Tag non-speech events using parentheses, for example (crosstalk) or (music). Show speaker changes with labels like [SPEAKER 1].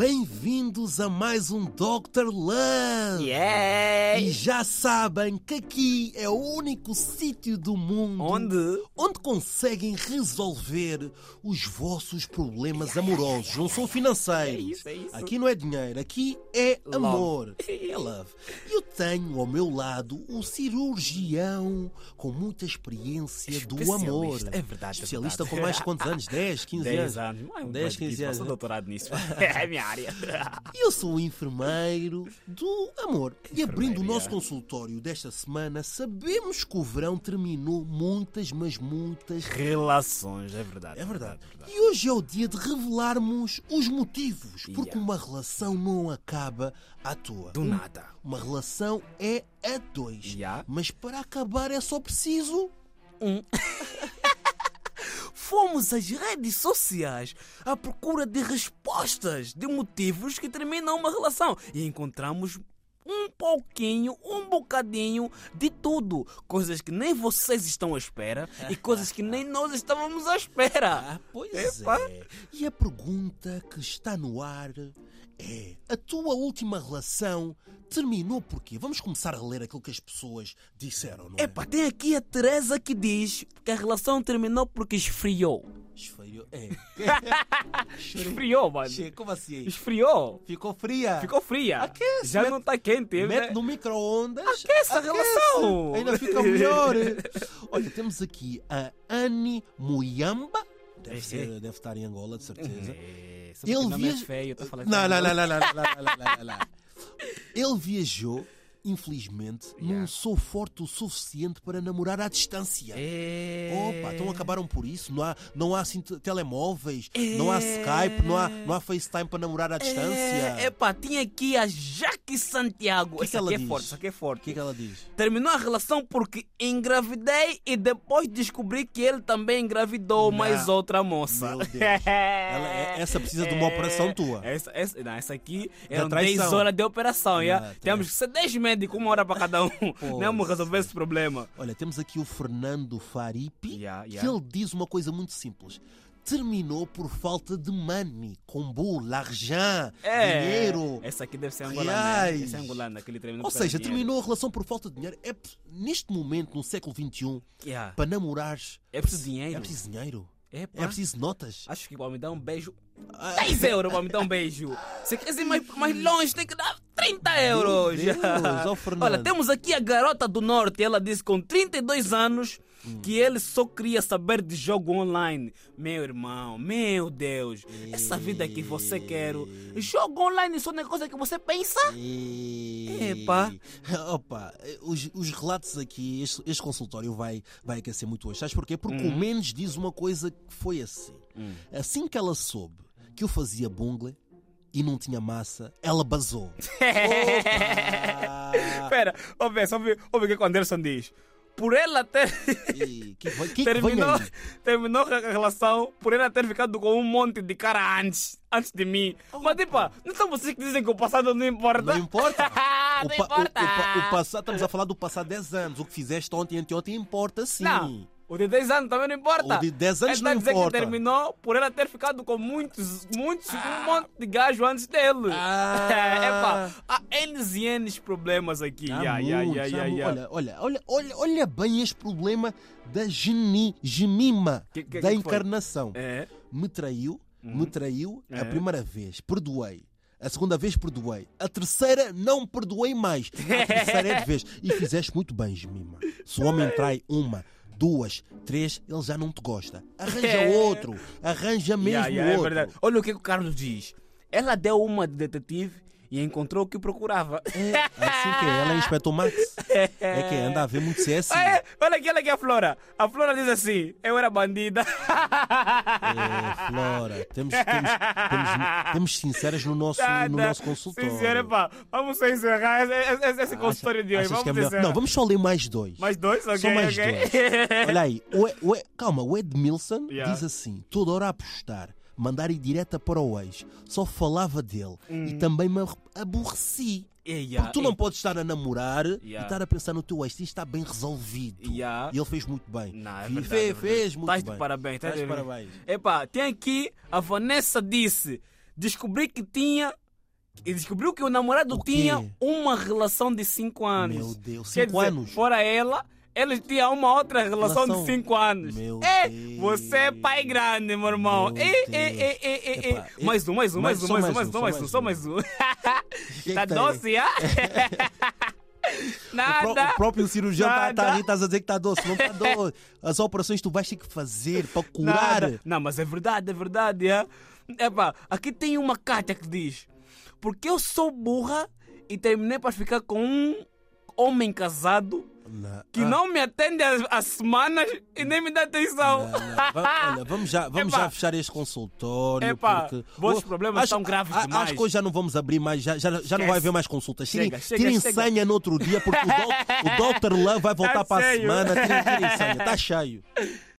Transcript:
[SPEAKER 1] Bem-vindos a mais um Dr. Love! E
[SPEAKER 2] Yeah!
[SPEAKER 1] já sabem que aqui é o único sítio do mundo
[SPEAKER 2] Onde?
[SPEAKER 1] onde conseguem resolver os vossos problemas amorosos, não são financeiros.
[SPEAKER 2] É isso, é isso.
[SPEAKER 1] Aqui não é dinheiro, aqui é
[SPEAKER 2] Love. (laughs)
[SPEAKER 1] amor. É love. E Eu tenho ao meu lado o cirurgião com muita experiência do
[SPEAKER 2] Especialista.
[SPEAKER 1] amor.
[SPEAKER 2] É verdade, é
[SPEAKER 1] Especialista
[SPEAKER 2] verdade.
[SPEAKER 1] com mais de quantos
[SPEAKER 2] (laughs)
[SPEAKER 1] anos? 10, 15
[SPEAKER 2] 10
[SPEAKER 1] anos?
[SPEAKER 2] anos. Não é um
[SPEAKER 1] 10,
[SPEAKER 2] bem
[SPEAKER 1] 15
[SPEAKER 2] difícil,
[SPEAKER 1] anos.
[SPEAKER 2] faço
[SPEAKER 1] (laughs)
[SPEAKER 2] doutorado nisso. É a minha área.
[SPEAKER 1] E Eu sou o enfermeiro do amor. E abrindo o nosso
[SPEAKER 2] Enfermeira.
[SPEAKER 1] consultório desta semana, sabemos que o verão terminou muitas, mas muitas.
[SPEAKER 2] Relações, é verdade.
[SPEAKER 1] É verdade. E hoje é o dia de revelarmos os motivos, porque
[SPEAKER 2] Yeah.
[SPEAKER 1] uma relação não acaba à toa.
[SPEAKER 2] Do nada.
[SPEAKER 1] Uma relação é a dois.
[SPEAKER 2] Yeah.
[SPEAKER 1] Mas para acabar é só preciso.
[SPEAKER 2] Fomos às redes sociais à procura de respostas, de motivos que terminam uma relação e encontramos um pouquinho, um bocadinho de tudo. Coisas que nem vocês estão à espera e coisas que
[SPEAKER 1] (laughs)
[SPEAKER 2] nem nós estávamos à espera.
[SPEAKER 1] Ah, pois
[SPEAKER 2] Epa.
[SPEAKER 1] é. E a pergunta que está no ar é: a tua última relação terminou porquê? Vamos começar a ler aquilo que as pessoas disseram, não é?
[SPEAKER 2] Epá, tem aqui a Teresa que diz que a relação terminou porque esfriou.
[SPEAKER 1] Esfriou. É.
[SPEAKER 2] (laughs) Esfriou, mano.
[SPEAKER 1] Che- Como assim?
[SPEAKER 2] Esfriou.
[SPEAKER 1] Ficou fria.
[SPEAKER 2] Ficou fria.
[SPEAKER 1] Aquece,
[SPEAKER 2] Já
[SPEAKER 1] é mete-
[SPEAKER 2] não tá quente,
[SPEAKER 1] Mete
[SPEAKER 2] né?
[SPEAKER 1] no micro-ondas.
[SPEAKER 2] Aquece a relação.
[SPEAKER 1] Ainda fica
[SPEAKER 2] (laughs)
[SPEAKER 1] melhor. Olha, temos aqui a Annie Muyamba. Deve, ser- deve estar em Angola, de certeza.
[SPEAKER 2] É, só
[SPEAKER 1] Ele
[SPEAKER 2] porque o nome é
[SPEAKER 1] viaja-
[SPEAKER 2] feio, tá falando
[SPEAKER 1] Não,
[SPEAKER 2] que-
[SPEAKER 1] não, não, não, não, não, não, não, não, não, não. Ele viajou, infelizmente, não
[SPEAKER 2] Yeah.
[SPEAKER 1] sou forte o suficiente para namorar à distância.
[SPEAKER 2] É.
[SPEAKER 1] Opa, então acabaram por isso. Não há, não há assim, te- telemóveis, não há Skype, não há, não há FaceTime para namorar à distância.
[SPEAKER 2] É. É, epá, tinha aqui a Jaque Santiago.
[SPEAKER 1] que
[SPEAKER 2] Essa
[SPEAKER 1] ela
[SPEAKER 2] aqui
[SPEAKER 1] diz?
[SPEAKER 2] é forte, essa aqui é
[SPEAKER 1] O
[SPEAKER 2] forte.
[SPEAKER 1] que é que ela diz?
[SPEAKER 2] Terminou a relação porque engravidei e depois descobri que ele também engravidou
[SPEAKER 1] Não.
[SPEAKER 2] mais outra moça. É,
[SPEAKER 1] Meu
[SPEAKER 2] (laughs)
[SPEAKER 1] Deus. Ela- é- essa precisa de uma operação tua.
[SPEAKER 2] Essa, essa, não, essa aqui eram
[SPEAKER 1] traição.
[SPEAKER 2] 10 horas de operação. já.
[SPEAKER 1] Não, tá.
[SPEAKER 2] Temos que ser 10 médicos, uma hora para
[SPEAKER 1] (laughs)
[SPEAKER 2] cada um. Não vamos resolver esse problema.
[SPEAKER 1] Olha, temos aqui o Fernando Faripi,
[SPEAKER 2] Yeah,
[SPEAKER 1] que
[SPEAKER 2] yeah.
[SPEAKER 1] ele diz uma coisa muito simples. Terminou por falta de money, combo, l'argent, dinheiro.
[SPEAKER 2] É. Essa aqui deve ser angolana.
[SPEAKER 1] Reais.
[SPEAKER 2] Essa é angolana, aquele tremendo
[SPEAKER 1] Ou seja,
[SPEAKER 2] dinheiro.
[SPEAKER 1] terminou a relação por falta de dinheiro. É, p- neste momento, no século XXI,
[SPEAKER 2] Yeah.
[SPEAKER 1] para namorares...
[SPEAKER 2] ah, É preciso dinheiro. Ah?
[SPEAKER 1] É preciso dinheiro.
[SPEAKER 2] Epá.
[SPEAKER 1] É preciso notas.
[SPEAKER 2] Acho que vai me dar um beijo. 10 euros vai me dar um beijo. Se quer ir mais, mais longe, tem que dar 30 euros.
[SPEAKER 1] Deus, ó Fernando.
[SPEAKER 2] (laughs) Olha, temos aqui a garota do norte. Ela disse com 32 anos que
[SPEAKER 1] Hum.
[SPEAKER 2] ele só queria saber de jogo online. Meu irmão, meu Deus. Essa vida que você quer. Jogo online só não é coisa que você pensa?
[SPEAKER 1] E-
[SPEAKER 2] Epá.
[SPEAKER 1] (laughs) Opa, os, os relatos aqui, este, este consultório vai, vai aquecer muito hoje. Sabes porquê? Porque
[SPEAKER 2] Uhum.
[SPEAKER 1] o menos diz uma coisa que foi assim.
[SPEAKER 2] Hum.
[SPEAKER 1] Assim que ela soube que eu fazia bungle e não tinha massa, ela
[SPEAKER 2] (laughs)
[SPEAKER 1] basou. Opa!
[SPEAKER 2] Espera, ouve, só ouve, ouve o que o Anderson diz. Por ela ter. (laughs)
[SPEAKER 1] E que vai- que que vem
[SPEAKER 2] terminou,
[SPEAKER 1] aí?
[SPEAKER 2] (laughs) terminou a relação por ela ter ficado com um monte de cara antes, antes de mim. Mas tipo, não são vocês que dizem que o passado não importa? (laughs)
[SPEAKER 1] Não importa.
[SPEAKER 2] Ah, não
[SPEAKER 1] O, pa- o-
[SPEAKER 2] importa.
[SPEAKER 1] o pa- o passado, estamos a falar do passado 10 anos. O que fizeste ontem, anteontem, importa sim.
[SPEAKER 2] Não, o de 10 anos também não importa.
[SPEAKER 1] O de 10 anos
[SPEAKER 2] Ele tá
[SPEAKER 1] não
[SPEAKER 2] dizendo
[SPEAKER 1] importa.
[SPEAKER 2] que terminou por ela ter ficado com muitos, muitos, um monte de gajo antes dele. (laughs)
[SPEAKER 1] Ah.
[SPEAKER 2] Epá, há N's e N's problemas aqui.
[SPEAKER 1] Há
[SPEAKER 2] Ya, ya,
[SPEAKER 1] muitos,
[SPEAKER 2] ya,
[SPEAKER 1] há
[SPEAKER 2] ya,
[SPEAKER 1] mu-
[SPEAKER 2] ya.
[SPEAKER 1] Olha, olha, olha, olha, olha bem este problema da geni, gemima,
[SPEAKER 2] Que- que-
[SPEAKER 1] da
[SPEAKER 2] que foi?
[SPEAKER 1] encarnação.
[SPEAKER 2] É.
[SPEAKER 1] Me traiu, me traiu a
[SPEAKER 2] É.
[SPEAKER 1] primeira vez, perdoei. A segunda vez perdoei. A terceira não perdoei mais.
[SPEAKER 2] (laughs)
[SPEAKER 1] A terceira é de vez. E fizeste muito bem, Gemima. Se o homem trai uma, duas, três, ele já não te gosta. Arranja
[SPEAKER 2] É.
[SPEAKER 1] outro. Arranja mesmo
[SPEAKER 2] Ya, ya, é
[SPEAKER 1] outro.
[SPEAKER 2] verdade. Olha o que o Carlos diz. Ela deu uma de detetive e encontrou o que procurava. (laughs)
[SPEAKER 1] É, assim que é. Ela é inspetor Max. É que anda a ver muito CS.
[SPEAKER 2] Ah, (laughs) é? Olha aqui, olha aqui a Flora. A Flora diz assim: eu
[SPEAKER 1] (laughs)
[SPEAKER 2] era bandida.
[SPEAKER 1] É, Flora, temos, temos, temos, temos sinceras no nosso,
[SPEAKER 2] Ah,
[SPEAKER 1] no nosso consultório.
[SPEAKER 2] Sim, senhora, pá. Vamos só encerrar esse, esse- esse- esse consultório é de hoje.
[SPEAKER 1] Achas
[SPEAKER 2] Vamos
[SPEAKER 1] que é melhor?
[SPEAKER 2] encerrar.
[SPEAKER 1] Não, vamos só ler mais dois.
[SPEAKER 2] Mais dois? Ok,
[SPEAKER 1] Só mais
[SPEAKER 2] ok. (laughs)
[SPEAKER 1] dois. Olha aí, o E- o E- calma, o Edmilson
[SPEAKER 2] Yeah.
[SPEAKER 1] diz assim: toda hora a apostar, mandar ir direta para o ex, só falava dele
[SPEAKER 2] Hum.
[SPEAKER 1] e também me aborreci.
[SPEAKER 2] É, ya,
[SPEAKER 1] Porque tu
[SPEAKER 2] é.
[SPEAKER 1] não podes estar a namorar e
[SPEAKER 2] Yeah.
[SPEAKER 1] estar a pensar no teu ex, isto está bem resolvido.
[SPEAKER 2] Yeah.
[SPEAKER 1] E ele fez muito bem.
[SPEAKER 2] Não, é
[SPEAKER 1] Fe-
[SPEAKER 2] verdade,
[SPEAKER 1] fe-
[SPEAKER 2] é verdade.
[SPEAKER 1] fez muito
[SPEAKER 2] Tás de
[SPEAKER 1] bem. Tá
[SPEAKER 2] (laughs) parabéns, tás
[SPEAKER 1] Tás de
[SPEAKER 2] de-
[SPEAKER 1] parabéns.
[SPEAKER 2] Epá, tem aqui, a Vanessa disse: descobri que tinha. E descobriu que o namorado
[SPEAKER 1] O quê?
[SPEAKER 2] tinha uma relação de 5 anos.
[SPEAKER 1] Meu Deus,
[SPEAKER 2] Quer
[SPEAKER 1] 5
[SPEAKER 2] dizer,
[SPEAKER 1] anos.
[SPEAKER 2] Fora ela, ele tinha uma outra relação,
[SPEAKER 1] Relação.
[SPEAKER 2] de 5 anos.
[SPEAKER 1] Meu
[SPEAKER 2] é,
[SPEAKER 1] Deus.
[SPEAKER 2] você é pai grande, meu irmão.
[SPEAKER 1] Meu
[SPEAKER 2] E, e,
[SPEAKER 1] Deus.
[SPEAKER 2] e, e, e,
[SPEAKER 1] Epá,
[SPEAKER 2] e. Mais um, mais um, mais
[SPEAKER 1] mais-
[SPEAKER 2] um,
[SPEAKER 1] só
[SPEAKER 2] mais um,
[SPEAKER 1] mais
[SPEAKER 2] mais
[SPEAKER 1] um,
[SPEAKER 2] um, mais um, só
[SPEAKER 1] só
[SPEAKER 2] mais
[SPEAKER 1] mais
[SPEAKER 2] um. (laughs)
[SPEAKER 1] Que
[SPEAKER 2] Tá
[SPEAKER 1] que tem? (laughs)
[SPEAKER 2] doce, ah?
[SPEAKER 1] O
[SPEAKER 2] (laughs)
[SPEAKER 1] pró-
[SPEAKER 2] Nada.
[SPEAKER 1] O próprio cirurgião está
[SPEAKER 2] Nada.
[SPEAKER 1] tá ali, estás a dizer que está doce. Não está
[SPEAKER 2] (laughs)
[SPEAKER 1] doce. As operações tu vais ter que fazer para curar.
[SPEAKER 2] Nada. Não, mas é verdade, é verdade. É. Epá, aqui tem uma carta que diz: Porque eu sou burra e terminei para ficar com um homem casado
[SPEAKER 1] Na-
[SPEAKER 2] que
[SPEAKER 1] ah,
[SPEAKER 2] não me atende as, as semanas e nem me dá atenção.
[SPEAKER 1] na- na- va- olha, vamos já, vamos
[SPEAKER 2] Epá.
[SPEAKER 1] já fechar este consultório.
[SPEAKER 2] Epá,
[SPEAKER 1] porque
[SPEAKER 2] vossos
[SPEAKER 1] o-
[SPEAKER 2] problemas são graves
[SPEAKER 1] a-
[SPEAKER 2] demais.
[SPEAKER 1] Acho que hoje já não vamos abrir mais, já, já, já não vai
[SPEAKER 2] Esquece.
[SPEAKER 1] haver mais consultas. Tirem,
[SPEAKER 2] Chega, chega,
[SPEAKER 1] tirem
[SPEAKER 2] chega.
[SPEAKER 1] senha
[SPEAKER 2] (laughs)
[SPEAKER 1] no outro dia, porque o, doc, o Dr. Lã vai voltar
[SPEAKER 2] Tá
[SPEAKER 1] para
[SPEAKER 2] cheio.
[SPEAKER 1] a semana. Tirem, tirem senha, está tá cheio.